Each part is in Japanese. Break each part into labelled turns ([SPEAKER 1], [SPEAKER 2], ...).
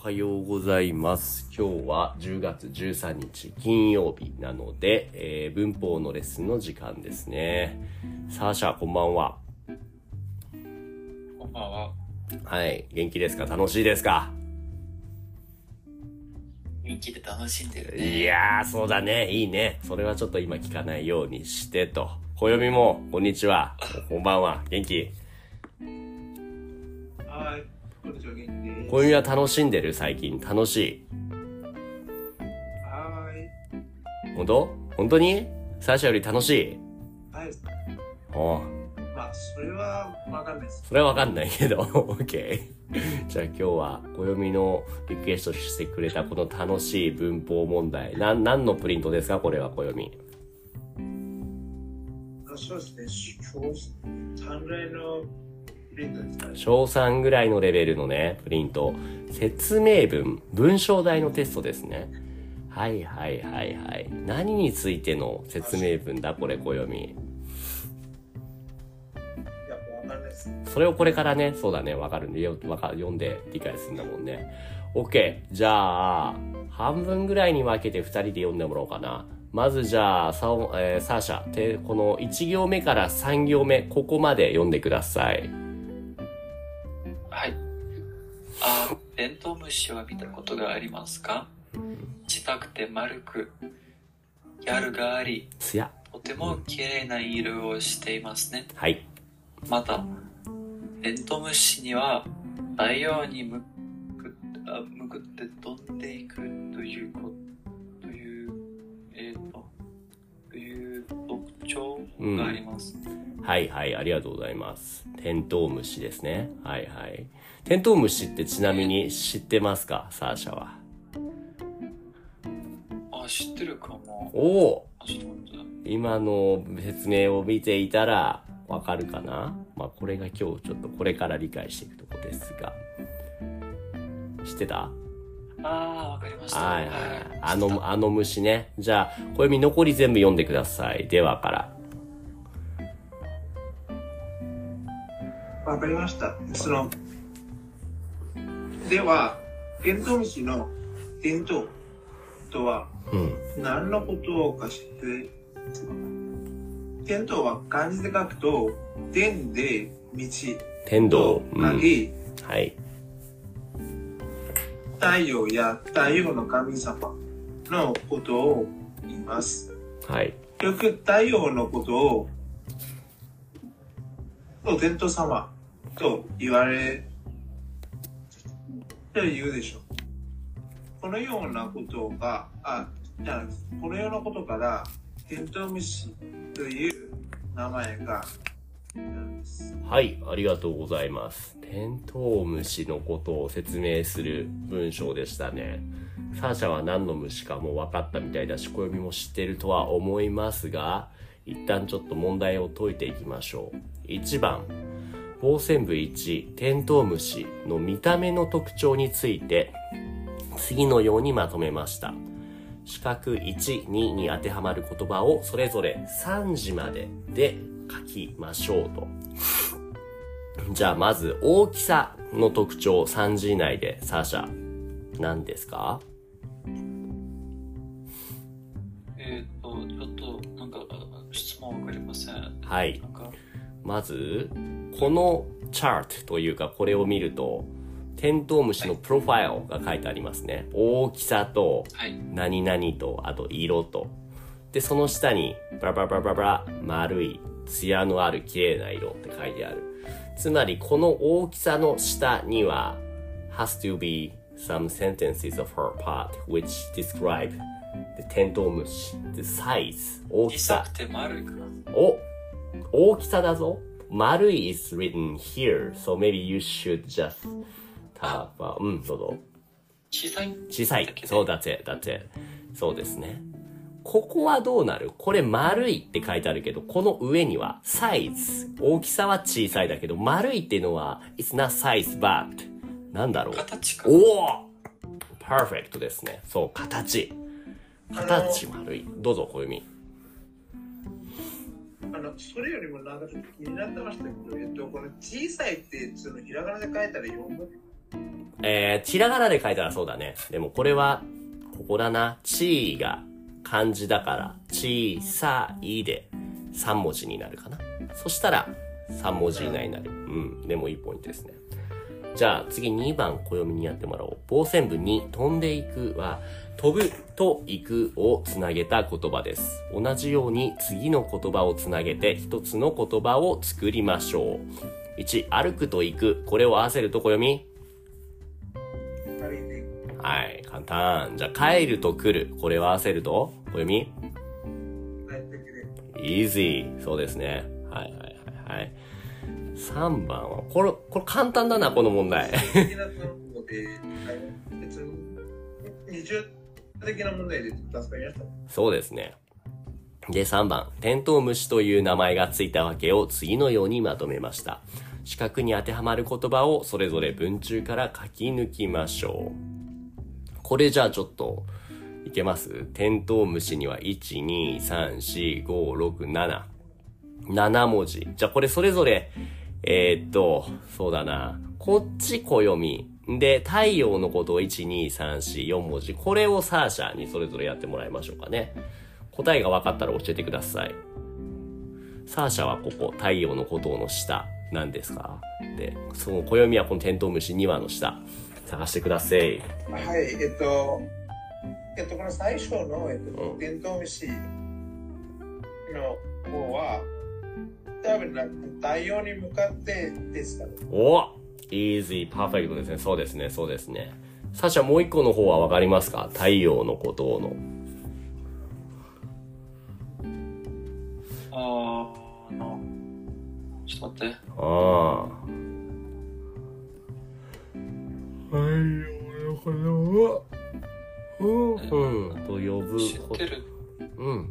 [SPEAKER 1] はようございます。今日は10月13日金曜日なので、えー、文法のレッスンの時間ですね。サーシャ、こんばんは。
[SPEAKER 2] こんばんは。
[SPEAKER 1] はい。元気ですか楽しいですか
[SPEAKER 2] 元気で楽しんでる、ね、
[SPEAKER 1] いやー、そうだね。いいね。それはちょっと今聞かないようにしてと。暦も、こんにちは。こんばんは。元気
[SPEAKER 3] はい。こんにちは、元気です。
[SPEAKER 1] 暦は楽しんでる最近。楽しい。
[SPEAKER 3] はー
[SPEAKER 1] い。本当本当に最初より楽しい
[SPEAKER 3] はい。
[SPEAKER 1] お
[SPEAKER 3] まあ、それはわかんないです。
[SPEAKER 1] それはわかんないけど、OK。じゃあ今日は暦のリクエストしてくれたこの楽しい文法問題。な何のプリントですかこれは暦。
[SPEAKER 3] そうですね。3ぐらいのプリントですか、ね、
[SPEAKER 1] 小3ぐらいのレベルのね、プリント。説明文、文章題のテストですね。はいはいはいはい。何についての説明文だこれ暦。それをこれからね、そうだね、わかるんで、よか読んで理解するんだもんね。OK。じゃあ、半分ぐらいに分けて2人で読んでもらおうかな。まずじゃあ、サオえー、サーシャ、てこの1行目から3行目、ここまで読んでください。
[SPEAKER 2] はい。あ、テントウムシは見たことがありますか小さくて丸く、ギャルがあり、
[SPEAKER 1] つや。
[SPEAKER 2] とても綺麗な色をしていますね。
[SPEAKER 1] はい。
[SPEAKER 2] また、テントウムシには太陽に向くあ向くって飛んでいくということ、という、えっ、ー、と、という特徴があります、
[SPEAKER 1] うん、はいはい、ありがとうございます。テントウムシですね。はいはい。テントウムシってちなみに知ってますか、サーシャは。
[SPEAKER 2] あ、知ってるかも。
[SPEAKER 1] おお今の説明を見ていたら、わかるかなまあこれが今日ちょっとこれから理解していくとこですが知ってた
[SPEAKER 2] ああわかりました
[SPEAKER 1] はいはい、はい、あのあの虫ねじゃあ暦残り全部読んでくださいではから
[SPEAKER 3] わかりましたそのではテントウムシのテントとは何のことをかして、うん天道は漢字で書くと、天で道。
[SPEAKER 1] 天道。
[SPEAKER 3] 書き、
[SPEAKER 1] うん、はい。
[SPEAKER 3] 太陽や太陽の神様のことを言います。
[SPEAKER 1] はい。
[SPEAKER 3] よく太陽のことを、お天道様と言われ、と言うでしょう。このようなことが、あ、じゃあ、このようなことから、テントウムシという名前が
[SPEAKER 1] はい、ありがとうございます。テントウムシのことを説明する文章でしたね。サーシャは何の虫かも分かったみたいだし、暦も知ってるとは思いますが、一旦ちょっと問題を解いていきましょう。1番、防線部1、テントウムシの見た目の特徴について、次のようにまとめました。四角1、2に当てはまる言葉をそれぞれ3時までで書きましょうと。じゃあまず大きさの特徴3時以内でサーシャ何ですか
[SPEAKER 2] えっ、ー、と、ちょっとなんか質問わかりません。
[SPEAKER 1] はい。まず、このチャートというかこれを見ると、テントウムシのプロファイルが書いてありますね。はい、大きさと、何々と、あと色と。で、その下に、バラバラバラバラ、丸い、艶のある綺麗な色って書いてある。つまり、この大きさの下には、has to be some sentences of her part which describe the テントウムシ the size 大きさ。お大きさだぞ。丸い is written here, so maybe you should just タバ、うん、どうぞ。
[SPEAKER 2] 小さい
[SPEAKER 1] 小さい。そう、だって、だって。そうですね。ここはどうなるこれ丸いって書いてあるけど、この上にはサイズ。大きさは小さいだけど、丸いっていうのは、it's not size but なんだろう
[SPEAKER 2] 形
[SPEAKER 1] おお !perfect ですね。そう、形。形丸い。どうぞ、小
[SPEAKER 3] 弓。あの、それよりもなんかちょっと気になってましたけど、えっと、この小さいって、そのひらがなで書いたら読む
[SPEAKER 1] えー、ひらがなで書いたらそうだね。でもこれは、ここだな。ちーが漢字だから、小さいで3文字になるかな。そしたら、3文字以内になる。うん。でもいいポイントですね。じゃあ次2番暦にやってもらおう。傍線部に飛んでいくは、飛ぶと行くをつなげた言葉です。同じように次の言葉をつなげて一つの言葉を作りましょう。1、歩くと行く。これを合わせると暦
[SPEAKER 3] あれね。
[SPEAKER 1] はい、簡単。じゃあ帰ると来る。これを合わせると暦
[SPEAKER 3] 帰ってくれ。
[SPEAKER 1] easy そうですねはいはいはいはい3番はこれこれ簡単だなこの問題
[SPEAKER 3] 的な単語で、はい別に、二重的な問題で助かりました。
[SPEAKER 1] そうですねで3番テントウムシという名前がついたわけを次のようにまとめました四角に当てはまる言葉をそれぞれ文中から書き抜きましょうこれじゃあちょっといけますテントウムシには1234567 7文字。じゃあこれそれぞれ、えーっと、そうだな。こっち暦。で、太陽のことを1、2、3、4、4文字。これをサーシャにそれぞれやってもらいましょうかね。答えが分かったら教えてください。サーシャはここ、太陽のことの下。何ですかで、その暦はこのテントウムシ2羽の下。探してください。
[SPEAKER 3] はい、えっと、えっと、この最初の、えっ
[SPEAKER 1] う
[SPEAKER 3] と
[SPEAKER 1] ん、
[SPEAKER 3] 伝統虫の方は、多分なんか太陽に向かってですから。
[SPEAKER 1] おイージーパーフェクトですね。そうですね、そうですね。サシャもう一個の方は分かりますか太陽のことの。
[SPEAKER 2] あーあの、ちょっと待って。
[SPEAKER 1] ああ。はい、俺これは。うん、うん、と呼ぶ
[SPEAKER 2] 知っ
[SPEAKER 1] こ
[SPEAKER 2] てる
[SPEAKER 1] と。うん。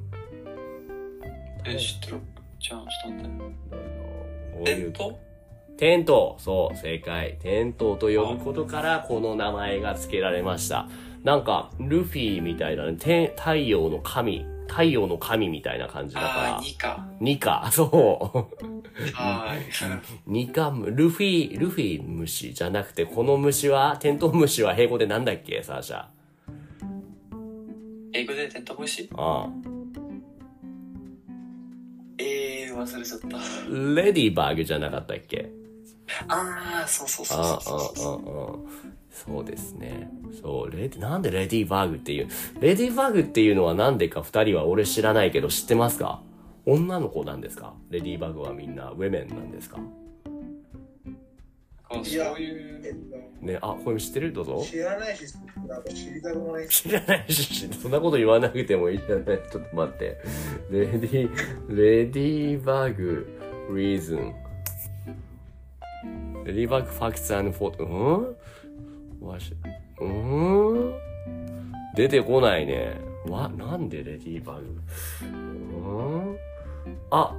[SPEAKER 2] え、知ってるじゃあ、ちょっと待っ
[SPEAKER 1] こう
[SPEAKER 2] て。
[SPEAKER 1] い
[SPEAKER 2] 伝
[SPEAKER 1] う
[SPEAKER 2] 統
[SPEAKER 1] テントそう、正解。テントと呼ぶことから、この名前が付けられました。なんか、ルフィみたいなね、天太陽の神、太陽の神みたいな感じだ
[SPEAKER 2] あ
[SPEAKER 1] か
[SPEAKER 2] あ、
[SPEAKER 1] ら、
[SPEAKER 2] 2か。
[SPEAKER 1] ニカ、そう。
[SPEAKER 2] はーい。
[SPEAKER 1] ニカム、ルフィ、ルフィ虫じゃなくて、この虫は、テントウムシは英語でなんだっけサーシャ。
[SPEAKER 2] 英語でテントウムシ
[SPEAKER 1] ああ。
[SPEAKER 2] えー、忘れちゃった。
[SPEAKER 1] レディバグじゃなかったっけ
[SPEAKER 2] ああ、そうそうそう
[SPEAKER 1] ああ、ああ、あ
[SPEAKER 2] そうそ
[SPEAKER 1] あ。
[SPEAKER 2] う。
[SPEAKER 1] そうですね。そう、レディ、なんでレディバグっていう、レディバグっていうのはなんでか二人は俺知らないけど知ってますか女の子なんですかレディバグはみんなウェメンなんですか
[SPEAKER 2] なんかそういう
[SPEAKER 3] えっ
[SPEAKER 1] ね、あ、これ知ってるどうぞ
[SPEAKER 3] と、。知らないし、なんか知りたくもないし。
[SPEAKER 1] 知らないし、 そんなこと言わなくてもいいじゃないちょっと待って。レディ、レディバグ、リーズン。レディバグ、ファクツアンフォート、うんわし、うん出てこないね。わ、なんでレディバグうんあ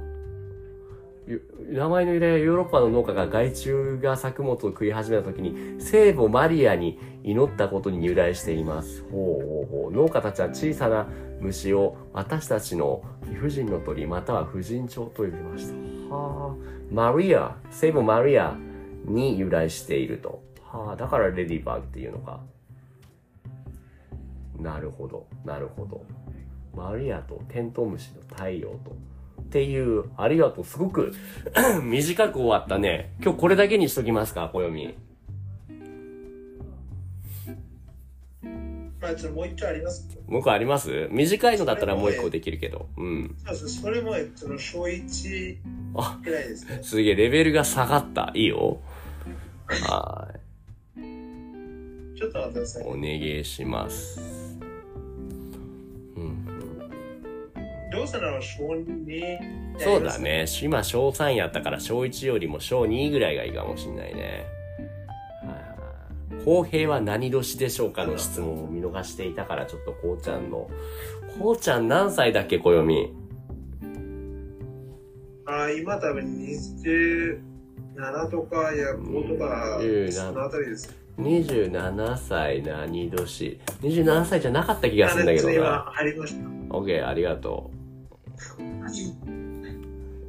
[SPEAKER 1] ゆ名前の由来はヨーロッパの農家が害虫が作物を食い始めた時に聖母マリアに祈ったことに由来していますほうほうほう農家たちは小さな虫を私たちの貴婦人の鳥または婦人鳥と呼びましたはあマリア聖母マリアに由来しているとはあだからレディバグっていうのかなるほどなるほどマリアとテントウムシと太陽とっていう、ありがとう。すごく 短く終わったね。今日これだけにしときますか、暦。
[SPEAKER 3] まあ、ちょっともう一丁あります。
[SPEAKER 1] もう一個あります短いのだったらもう一個できるけど。うん。
[SPEAKER 3] そうそう、それも、えっと、小一
[SPEAKER 1] あ
[SPEAKER 3] くらいですね。
[SPEAKER 1] すげえ、レベルが下がった。いいよ。はーい。
[SPEAKER 3] ちょっと待ってください。
[SPEAKER 1] お願いします。うん。
[SPEAKER 3] どうせなら小二
[SPEAKER 1] そうだ。ね。今、小3やったから、小1よりも小2ぐらいがいいかもしんないね。はいはい公平は何年でしょうかの質問を見逃していたから、ちょっとこうちゃんの。こうちゃん何歳だっけ、暦。
[SPEAKER 3] あー今多分27とかや5とか、
[SPEAKER 1] うん
[SPEAKER 3] そのあたりです。
[SPEAKER 1] 27歳何年 ?27 歳じゃなかった気がするんだけど
[SPEAKER 3] 今
[SPEAKER 1] な。
[SPEAKER 3] 入りました。
[SPEAKER 1] OK、ありがとう。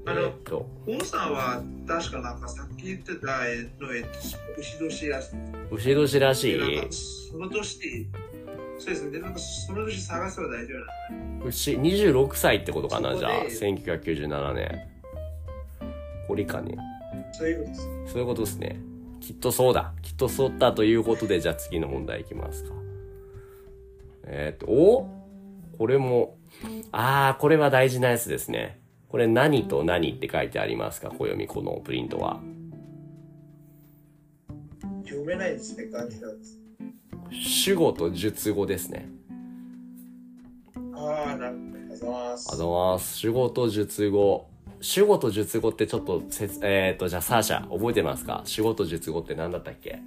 [SPEAKER 3] あの
[SPEAKER 1] えーっと、
[SPEAKER 3] 王さんは確かなんかさっき言ってたえーのえっと牛年らしい
[SPEAKER 1] 牛年らし
[SPEAKER 3] でなん
[SPEAKER 1] い
[SPEAKER 3] か、その年そうですねでなんかその年探せば大丈夫なんで
[SPEAKER 1] 牛、26歳ってことかな、
[SPEAKER 3] そこ
[SPEAKER 1] じ
[SPEAKER 3] で
[SPEAKER 1] ゃあ。1997年。これかね。
[SPEAKER 3] そういうことです
[SPEAKER 1] そういうことですね。きっとそうだ。きっとそうだということで、じゃあ次の問題いきますか。えー、っと、おこれも、あー、これは大事なやつですね。これ何と何って書いてありますか暦、このプリントは。
[SPEAKER 3] 読めないですね感じなんです
[SPEAKER 1] 主語と述語ですね。
[SPEAKER 3] ああなるほどありがとうございま
[SPEAKER 1] ありが
[SPEAKER 3] す
[SPEAKER 1] とうございます。主語と述語。主語と述語ってちょっとせつ、えっ、と、じゃあサーシャ、覚えてますか主語と述語って何だったっけ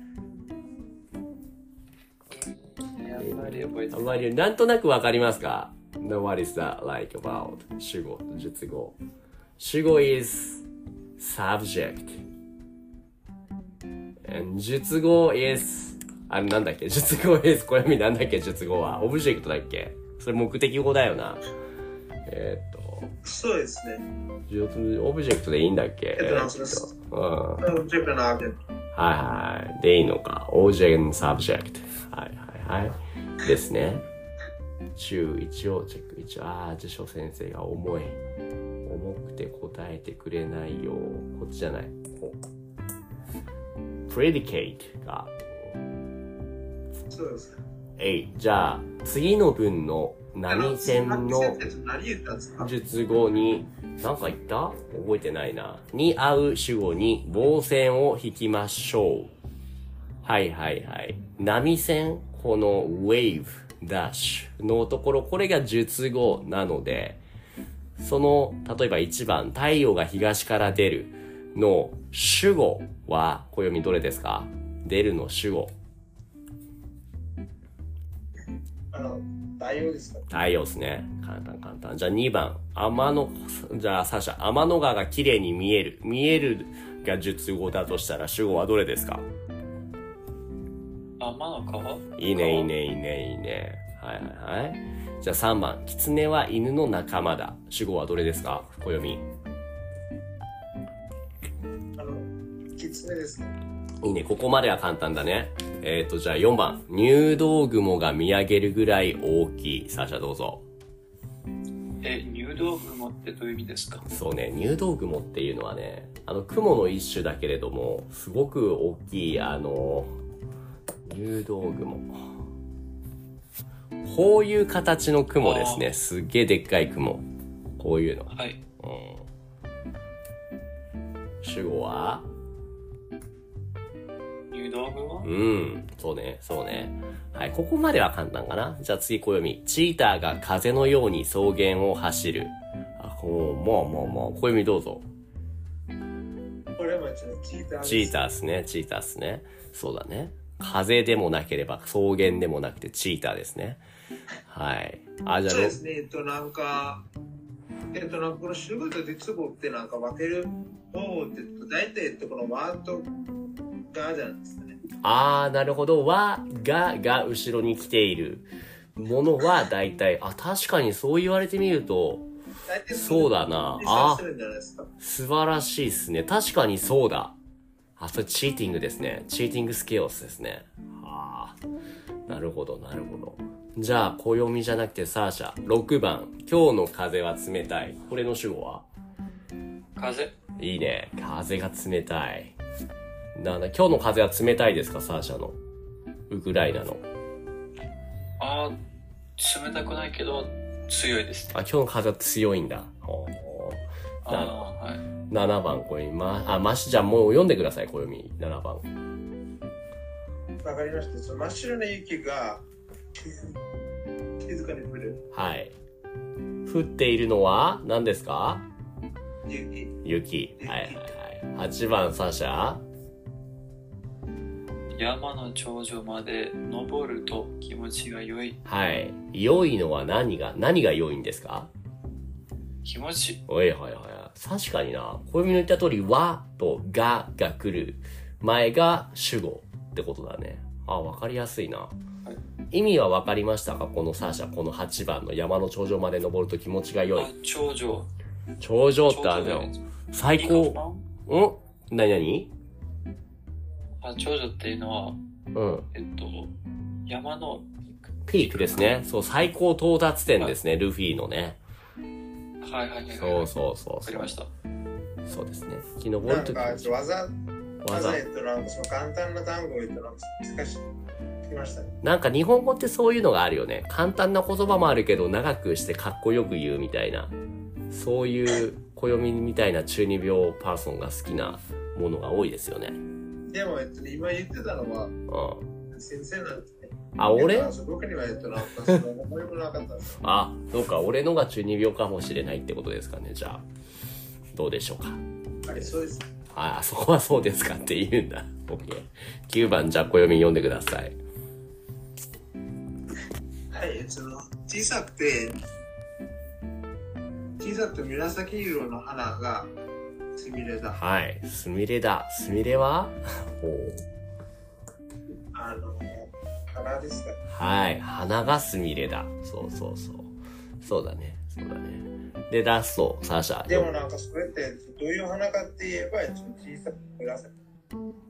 [SPEAKER 2] やっぱり覚えて
[SPEAKER 1] あ
[SPEAKER 2] る
[SPEAKER 1] んまり、なんとなくわかりますか ?No, what is that like about? 主語と述語。主語 is subject. And 述語 is, あれなんだっけ述語 is, これ見なんだっけ述語は。オブジェクトだっけそれ目的語だよな。えっ、と、
[SPEAKER 3] そうですね
[SPEAKER 1] オブジェクトでいいんだっけ
[SPEAKER 3] えっとなんかそれす
[SPEAKER 1] うん。は
[SPEAKER 3] あのジェプのアーケード
[SPEAKER 1] いはい。でいいのか。オブジェクト、サブジェクト。はいはいはい。ですね。中一をチェック一応ああ、辞書先生が重い。重くて答えてくれないよ。こっちじゃない。プレディケイトが
[SPEAKER 3] そうですね
[SPEAKER 1] えい。じゃあ、次の文の
[SPEAKER 3] あ
[SPEAKER 1] 何線の
[SPEAKER 3] さっき先生と何言ったんですか
[SPEAKER 1] 術語に、なんか言った覚えてないな。に合う主語に棒線を引きましょう。はいはいはい。波線、この wave, dash のところ、これが術語なので、その、例えば1番、太陽が東から出るの主語は、暦どれですか出るの主語。
[SPEAKER 3] あの大丈夫ですか
[SPEAKER 1] 太陽ですね。簡単簡単。じゃあ2番。天の、じゃあサシャ、天の川が綺麗に見える。見えるが述語だとしたら主語はどれですか
[SPEAKER 2] 天の川
[SPEAKER 1] いいね、いいね、いいね、いいね。はいはいはい。じゃあ3番。狐は犬の仲間だ。主語はどれですか暦。
[SPEAKER 3] あのきつめですね
[SPEAKER 1] いいね、ここまでは簡単だね。えっ、ー、と、じゃあ4番。入道雲が見上げるぐらい大きい。サシャどうぞ。
[SPEAKER 2] え入道雲ってどういう意味ですか
[SPEAKER 1] そうね、入道雲っていうのはね、あの、雲の一種だけれども、すごく大きい、あの、入道雲。こういう形の雲です
[SPEAKER 2] あ
[SPEAKER 1] ね。すっげえでっかい雲。こういうの。
[SPEAKER 2] はい
[SPEAKER 1] 主語は
[SPEAKER 2] 入道雲
[SPEAKER 1] うん。そうね、そうね。はい、ここまでは簡単かな。じゃあ次、暦。チーターが風のように草原を走る。あ、こう、もうもうもう、暦どうぞ。
[SPEAKER 3] これはちょっとチーターです
[SPEAKER 1] チーターですね、チーターですね。そうだね。風でもなければ草原でもなくてチーターですね。はい。あ、じゃあ
[SPEAKER 3] そうですね、えっと、なんか、えっと、なんかこの主語と実語ってなんか分ける方って、大体、えっと、このワードがじゃないですかね。
[SPEAKER 1] あー、なるほど。は、が、が後ろに来ているものは大体、あ、確かにそう言われてみると、
[SPEAKER 3] 大体
[SPEAKER 1] そうだな
[SPEAKER 3] リサーチするんじゃないですか。
[SPEAKER 1] 素晴らしいですね。確かにそうだ。あ、それチーティングですね。チーティングスケオスですね。ああ。なるほど、なるほど。じゃあ、暦じゃなくてサーシャ。6番。今日の風は冷たい。これの主語は
[SPEAKER 2] 風
[SPEAKER 1] いいね。風が冷たい。なんだ、今日の風は冷たいですか、サーシャの。ウクライナの。
[SPEAKER 2] あー冷たくないけど強いです
[SPEAKER 1] あ、今日の風は強いんだ。ほうな
[SPEAKER 2] あーはい
[SPEAKER 1] 7番、これ、ま、あ、まし、じゃあもう読んでください、暦。7番。
[SPEAKER 3] わかりました。その真っ白な雪が静かに降る
[SPEAKER 1] はい。降っているのは何ですか
[SPEAKER 3] 雪。
[SPEAKER 1] 雪。はいはいはい。8番、サシャ。
[SPEAKER 2] 山の頂上まで登ると気持ちが良い
[SPEAKER 1] はい。良いのは何が、何が良いんですか
[SPEAKER 2] 気持ち
[SPEAKER 1] はいはいはい。確かにな。暦の言った通り、はとがが来る。前が主語ってことだね。あ、わかりやすいな。意味はわかりましたかこのサーシャ、この8番の山の頂上まで登ると気持ちが良い
[SPEAKER 2] あ。頂上
[SPEAKER 1] 頂上ってあれだよ。最高。んなになに
[SPEAKER 2] あ頂上っていうのは、
[SPEAKER 1] うん。
[SPEAKER 2] えっと、山の
[SPEAKER 1] ピークですね。そう、最高到達点ですね、ルフィのね。
[SPEAKER 2] はいはいはいはい。
[SPEAKER 1] そう
[SPEAKER 2] わ
[SPEAKER 1] そうそう
[SPEAKER 2] か
[SPEAKER 1] そ
[SPEAKER 2] り
[SPEAKER 1] う
[SPEAKER 2] ま。した。
[SPEAKER 1] そうですね。昨日登
[SPEAKER 3] な
[SPEAKER 1] る
[SPEAKER 3] ん
[SPEAKER 1] とき
[SPEAKER 3] か、技、
[SPEAKER 1] 技
[SPEAKER 3] 技。言ったら、その簡単な単語言ったら、難しい。きましたね。
[SPEAKER 1] なんか日本語ってそういうのがあるよね。簡単な言葉もあるけど、長くしてかっこよく言うみたいな。そういう暦みたいな中二病パーソンが好きなものが多いですよね。
[SPEAKER 3] でも、えっと、今言ってたのは、
[SPEAKER 1] うん。
[SPEAKER 3] 先生なんですね。
[SPEAKER 1] あ、俺
[SPEAKER 3] えっと僕には言ったら、その思いもなかったです。
[SPEAKER 1] あ、そうか、俺のが中二病かもしれないってことですかね、じゃあ。どうでしょうか。
[SPEAKER 3] あれ、そうです。
[SPEAKER 1] あ、そこはそうですかって言うんだ。OK。9番、じゃあ暦読んでください。
[SPEAKER 3] はい、その小さくて小さくて紫色の花がすみれだ
[SPEAKER 1] はい。すみれだ。すみれは おう
[SPEAKER 3] あの花ですか
[SPEAKER 1] はい。花がすみれだ。そうそうそう。そうだね。そうだね。で、ラスト、サーシャ。
[SPEAKER 3] でもなんかそれってどういう花かって言えばちょっと小さくて紫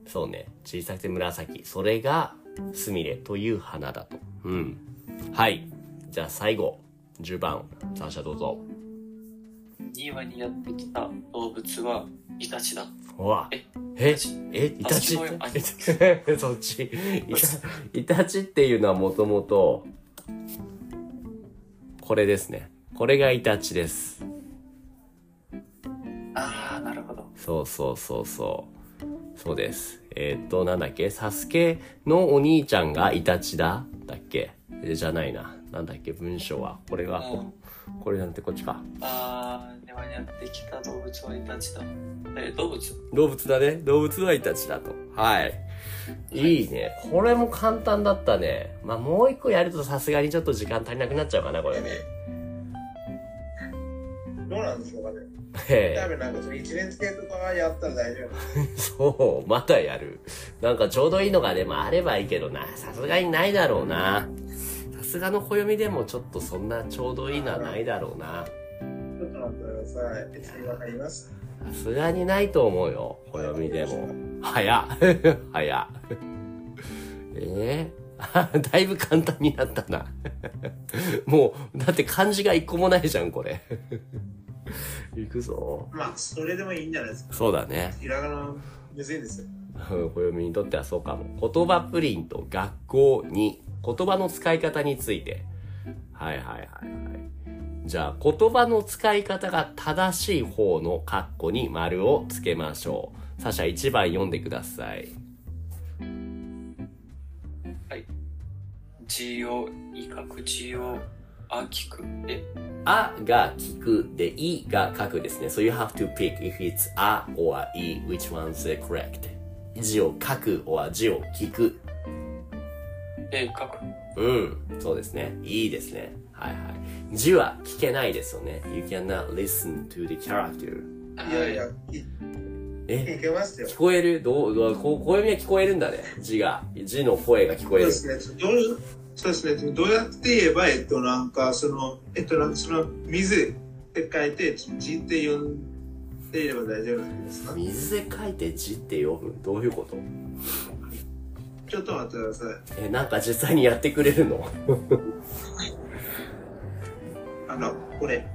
[SPEAKER 1] そうね。小さくて紫。それが、すみれという花だと。うん。はい。じゃあ最後、10番、サーシャどうぞ。
[SPEAKER 2] 2話にやってきた動物はイタチだ。
[SPEAKER 1] うわ
[SPEAKER 2] え。
[SPEAKER 1] え
[SPEAKER 2] イタチ
[SPEAKER 1] え、イタチ
[SPEAKER 2] あ違うよあ
[SPEAKER 1] そっち。イタイタチっていうのはもともと、これですね。これがイタチです。
[SPEAKER 2] ああ、なるほど。
[SPEAKER 1] そうそうそうそう。そうです。えーっと、なんだっけサスケのお兄ちゃんがイタチだだっけえじゃないな。なんだっけ文章は。これが、ここれなんてこっちか。
[SPEAKER 2] ああ、ではやってきた動物はイタチだ。え、動物
[SPEAKER 1] 動物だね。動物はイタチだと。はい。いいね。これも簡単だったね。まあ、もう一個やるとさすがにちょっと時間足りなくなっちゃうかな、これね。
[SPEAKER 3] どうなんですかね
[SPEAKER 1] へ
[SPEAKER 3] 多
[SPEAKER 1] え。
[SPEAKER 3] 分なんかその一年生とかはやったら大丈夫
[SPEAKER 1] そう、まだやる。なんかちょうどいいのがでもあればいいけどな。さすがにないだろうな。さすがの暦でもちょっとそんなちょうどいいのはないだろうな。
[SPEAKER 3] ちょっと待ってください別にわかります
[SPEAKER 1] さすがにないと思うよ。暦でも。早っ。 早っ。えー、 だいぶ簡単になったな。 もう、だって漢字が一個もないじゃん、これ。 いくぞ。
[SPEAKER 3] まあそれでもいいんじゃないですか
[SPEAKER 1] そうだね。
[SPEAKER 3] ひらがなむずいですよ
[SPEAKER 1] うん 暦にとってはそうかも。言葉プリント学校に言葉の使い方について。はいはいはいはい。じゃあ言葉の使い方が正しい方の括弧に丸をつけましょう。サシャ1番読んでください。
[SPEAKER 2] 字を威嚇、字を大きく。え、
[SPEAKER 1] あが聞くでいが書くですね。So you have to pick if it's あ or い which one's correct. 字を書く or 字を聞く
[SPEAKER 2] え、書く。
[SPEAKER 1] うん、そうですね。いいですね。はいはい。字は聞けないですよね。You cannot listen to the character.
[SPEAKER 3] いやいやい
[SPEAKER 1] え、
[SPEAKER 3] いけますよ
[SPEAKER 1] 聞こえるどう、どう、こう、暦は聞こえるんだね。字が。字の声が聞こえ
[SPEAKER 3] そう
[SPEAKER 1] る
[SPEAKER 3] で。すね。どうそうですね。どうやって言えば、えっと、なんか、その、えっと、なんかその、水って書いて、字って呼んでいれば大丈夫なんですか
[SPEAKER 1] 水で書いて字って読む。どういうこと
[SPEAKER 3] ちょっと待ってください。
[SPEAKER 1] え、なんか実際にやってくれるの
[SPEAKER 3] あの、これ。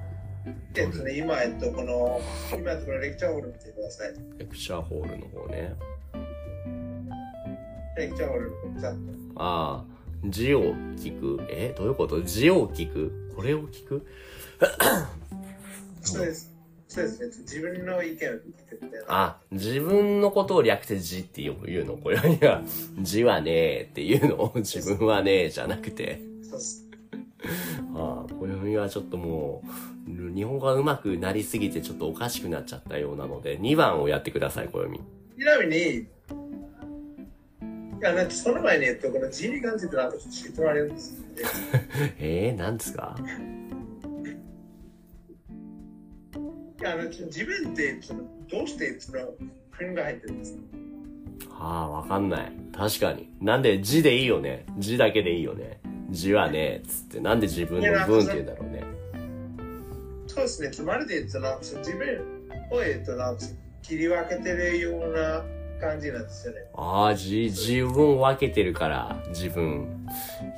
[SPEAKER 3] えっとね、今、えっと、この、今、このレクチャーホール見てください。
[SPEAKER 1] レクチャーホールの方ね。
[SPEAKER 3] レクチャーホールのチャッ
[SPEAKER 1] ああ、字を聞く。え、どういうこと字を聞く。これを聞く
[SPEAKER 3] ト。そうです。そうですね。自分の意見を聞いてみたいな。
[SPEAKER 1] あ、自分のことを略して字って言う言うのこれには、字はねえっていうの自分はねえじゃなくて。
[SPEAKER 3] そうっす。
[SPEAKER 1] ああ、暦はちょっともう、日本語が上手くなりすぎてちょっとおかしくなっちゃったようなので、2番をやってください、暦。
[SPEAKER 3] ちなみに、いや、なんかその前に、えっと、この字に関してなんか、ちょっと聞いてもらえるんですよね。
[SPEAKER 1] ええー、なんですか
[SPEAKER 3] いやあの自分ってそのどうしてその国が入ってるんですか
[SPEAKER 1] ああ、わかんない。確かに。なんで字でいいよね。字だけでいいよね。字はねえ、つって。なんで自分の文って言うんだろうね。
[SPEAKER 3] そそうですね、つまりで、えっとなんか自分を、えっと、なんか切り分けてるような感じなんですよね。
[SPEAKER 1] ああ、じ、自分を分けてるから、自分。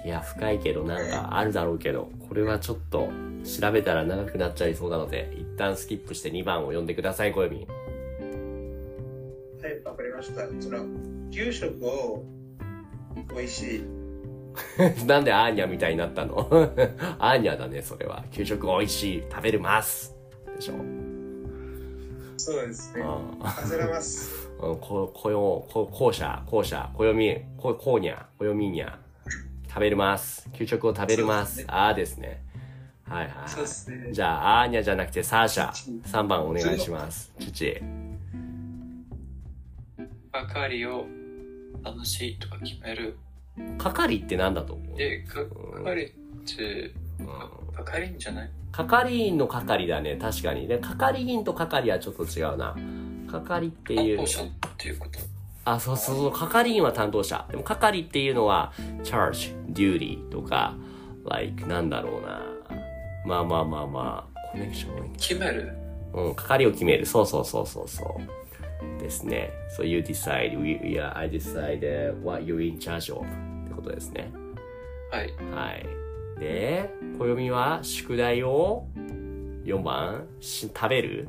[SPEAKER 1] いや、深いけど、なんかあるだろうけど、これはちょっと調べたら長くなっちゃいそうなので、一旦スキップして2番を読んでください、小読み。
[SPEAKER 3] はい、わかりました。その、給食を美味しい。
[SPEAKER 1] なんでアーニャみたいになったの アーニャだね、それは。給食美味しい、食べるます。でしょ。
[SPEAKER 3] そうですね。
[SPEAKER 1] ああ。
[SPEAKER 3] 焦ら ます。
[SPEAKER 1] うん、こ、こよ、こ、校舎、校舎、こよみ、こ、こうにゃ、こよみにゃ。食べるます。給食を食べるま。
[SPEAKER 2] そうですすね
[SPEAKER 1] ああですね。はいはい
[SPEAKER 2] そう
[SPEAKER 1] はい。
[SPEAKER 2] ですね。
[SPEAKER 1] じゃあ、あーにゃじゃなくて、サーシャ。3番お願いします。父。
[SPEAKER 2] ばかりを楽しいとか決める。
[SPEAKER 1] 係って何だと思う
[SPEAKER 2] で、かかりって、
[SPEAKER 1] うん
[SPEAKER 2] ばかりんじゃない
[SPEAKER 1] 係員の係だね、確かに。で、係員と係はちょっと違うな。係って
[SPEAKER 2] 担
[SPEAKER 1] いう
[SPEAKER 2] 当。者っていうこと。
[SPEAKER 1] あ、そうそうそう、係員は担当者。でも係っていうのは、charge, duty とか、like, なんだろうな。まあまあまあまあ、コネクション
[SPEAKER 2] 決める
[SPEAKER 1] うん、係を決める。そうそうそうそうそう。ですね。So you decide, we, we are, I decide uh, what you're in charge of. ってことですね。
[SPEAKER 2] はい。
[SPEAKER 1] はい。で、暦は宿題を4番し食べる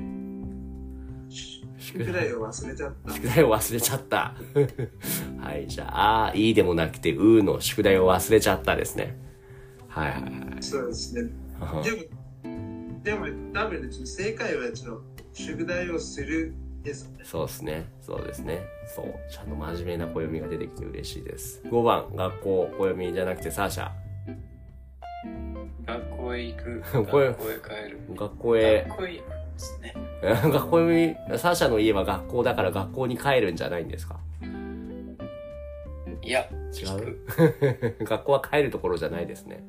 [SPEAKER 1] 宿
[SPEAKER 3] 宿題を忘れちゃった。
[SPEAKER 1] 宿題を忘れちゃった。 はい、じゃあ、あーいいでもなくて、うーの宿題を忘れちゃったですね。はいはい
[SPEAKER 3] そうですね。
[SPEAKER 1] はい。
[SPEAKER 3] でも、でも、多分、正解は、ちの、宿題をするです。
[SPEAKER 1] そうですね。そうですね。そう。ちゃんと真面目な暦が出てきて嬉しいです。5番、学校、暦じゃなくてサーシャ。
[SPEAKER 2] 学校へ行く。
[SPEAKER 1] 学
[SPEAKER 2] 学
[SPEAKER 1] 校
[SPEAKER 2] 校
[SPEAKER 1] へ
[SPEAKER 2] へ帰る。
[SPEAKER 1] 学校へ、
[SPEAKER 2] 学校へ行くんですね。
[SPEAKER 1] 学校に、サーシャの家は学校だから学校に帰るんじゃないんですか
[SPEAKER 2] いや、
[SPEAKER 1] 違
[SPEAKER 2] 行
[SPEAKER 1] う
[SPEAKER 2] く
[SPEAKER 1] 学校は帰るところじゃないですね。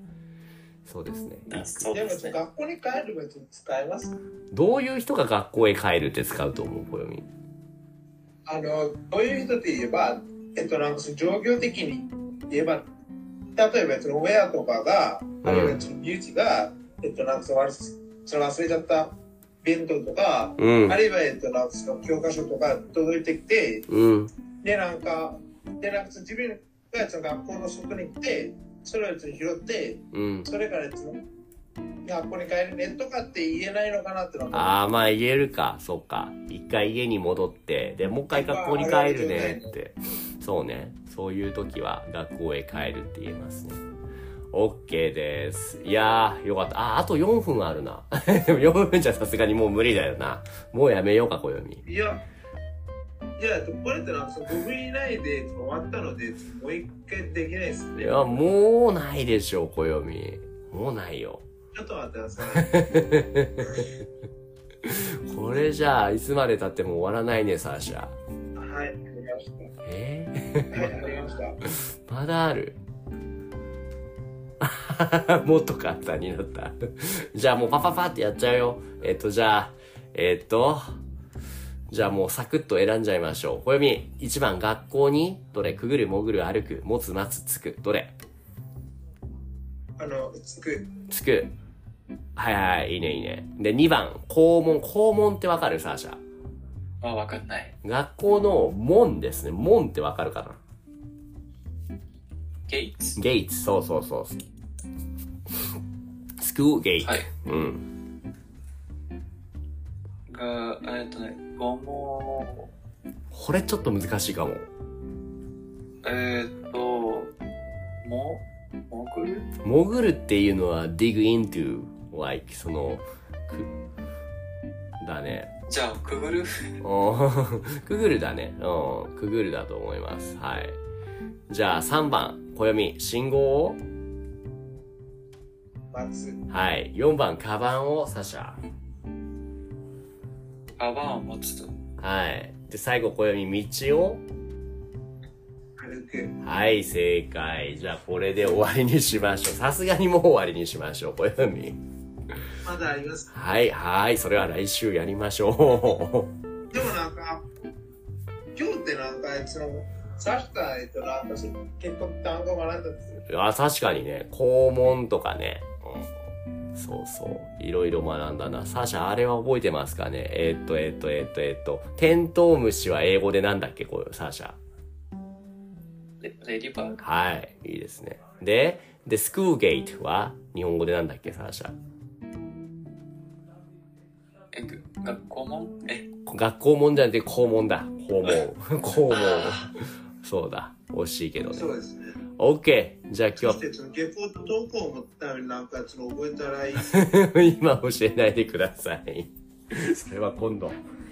[SPEAKER 1] そうですね。
[SPEAKER 2] あそう
[SPEAKER 3] で
[SPEAKER 2] で
[SPEAKER 3] も、
[SPEAKER 2] すね。
[SPEAKER 3] 学校に帰ること使えます
[SPEAKER 1] どういう人が学校へ帰るって使うと思う、暦。
[SPEAKER 3] あの、どういう人って言えば、えっと、なんかその状況的に言えば、例えば、その親とかが、
[SPEAKER 1] ん
[SPEAKER 3] あるいはその身内が、えっと、なんかそのその忘れちゃった弁当とか、
[SPEAKER 1] うん
[SPEAKER 3] あ。るいは、えっと、なんかその教科書とか届いてきて、
[SPEAKER 1] うん。
[SPEAKER 3] で、なんか、で、なんかその自分がその学校の外に来て、それをその拾って、
[SPEAKER 1] うん。
[SPEAKER 3] それからその学校に帰るねとかって言えないのかなってのが
[SPEAKER 1] ああ、まあ言えるか。そうか。一回家に戻って、で、もう一回学校に帰るねって。そうね。そういう時は学校へ帰るって言えますね。OK です。いやー、よかった。あ、あと4分あるな。 でも4分じゃさすがにもう無理だよな。もうやめようか、暦。
[SPEAKER 3] いや、いや、これってなんかその僕いないで終わったので、もう一回できないです
[SPEAKER 1] い
[SPEAKER 3] ね。
[SPEAKER 1] や、もうないでしょう、暦。もうないよ。
[SPEAKER 3] ちょっと待ってください。
[SPEAKER 1] これじゃあ、いつまで経っても終わらないね、サーシャ。
[SPEAKER 3] はい、わかりまし
[SPEAKER 1] えー
[SPEAKER 3] た。はい、わかりました。
[SPEAKER 1] まだある。 もっと簡単になった。じゃあもうパパパってやっちゃうよ。えっと、じゃあ、えっと、じゃあもうサクッと選んじゃいましょう。小読み、1番、学校に、どれ、くぐる、潜る、歩く、持つ、待つ、つく、どれ、
[SPEAKER 3] あの、つく、
[SPEAKER 1] つく。はいはい、いいねいいね。で、2番、校門。校門ってわかるサーシャ。
[SPEAKER 2] まあ、わかんない。
[SPEAKER 1] 学校の門ですね。門ってわかるかな
[SPEAKER 2] ゲイツ。
[SPEAKER 1] ゲイツ、そうそうそう。スクールゲイツ。
[SPEAKER 2] はい。
[SPEAKER 1] うん。
[SPEAKER 2] が、えっとね、ごも、
[SPEAKER 1] これちょっと難しいかも。
[SPEAKER 2] えっと、も、もぐる
[SPEAKER 1] 潜るっていうのは dig into, like, その、く、だね。
[SPEAKER 2] じゃあ、くぐる
[SPEAKER 1] おー くぐるだね。うん。くぐるだと思います。はい。じゃあ3番、暦、信号を。
[SPEAKER 3] 待つ、
[SPEAKER 1] はい。4番、カバンを、サシャ。
[SPEAKER 2] カバンを持つと。
[SPEAKER 1] はい。で、最後、暦、道を。
[SPEAKER 3] 歩く。
[SPEAKER 1] はい、正解。じゃあこれで終わりにしましょう。さすがにもう終わりにしましょう、暦。
[SPEAKER 3] まだあります。
[SPEAKER 1] はい、はい。それは来週やりましょう。
[SPEAKER 3] でもなんか、今日ってなんか、その、さした、えっと、なんか、その結構単語学んだんですよ。
[SPEAKER 1] あ確かにね肛門とかね、うん、そうそう。いろいろ学んだな。サーシャ、あれは覚えてますかねえーっと、えーっと、えーっと、えーっと。テントウムシは英語でなんだっけこう、サーシャ。
[SPEAKER 2] レレディバーグ、
[SPEAKER 1] はい。いいですね。で、で、スクールゲートは日本語でなんだっけサーシャ。
[SPEAKER 2] えぐ学校門え、
[SPEAKER 1] 学校もんじゃなくて校門だ。校門。校門
[SPEAKER 2] あ。
[SPEAKER 1] そうだ。惜しいけどね。
[SPEAKER 3] そうですね。
[SPEAKER 1] OK! じゃあ
[SPEAKER 3] そ
[SPEAKER 1] 今
[SPEAKER 3] して、その下校と登校もためになんか、その覚えたらいい。
[SPEAKER 1] 日、 今教えないでください。それは今度。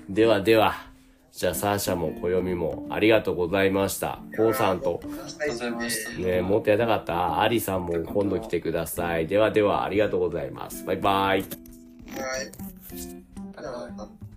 [SPEAKER 1] ではでは。じゃあサーシャも暦もありがとうございました。コウさんと。
[SPEAKER 2] ありがとうございました。
[SPEAKER 1] ね、もっとやりたかった。アリさんも今度来てください。ではでは、ありがとうございます。バイバイ。
[SPEAKER 3] はい。
[SPEAKER 2] バイバイ
[SPEAKER 3] はい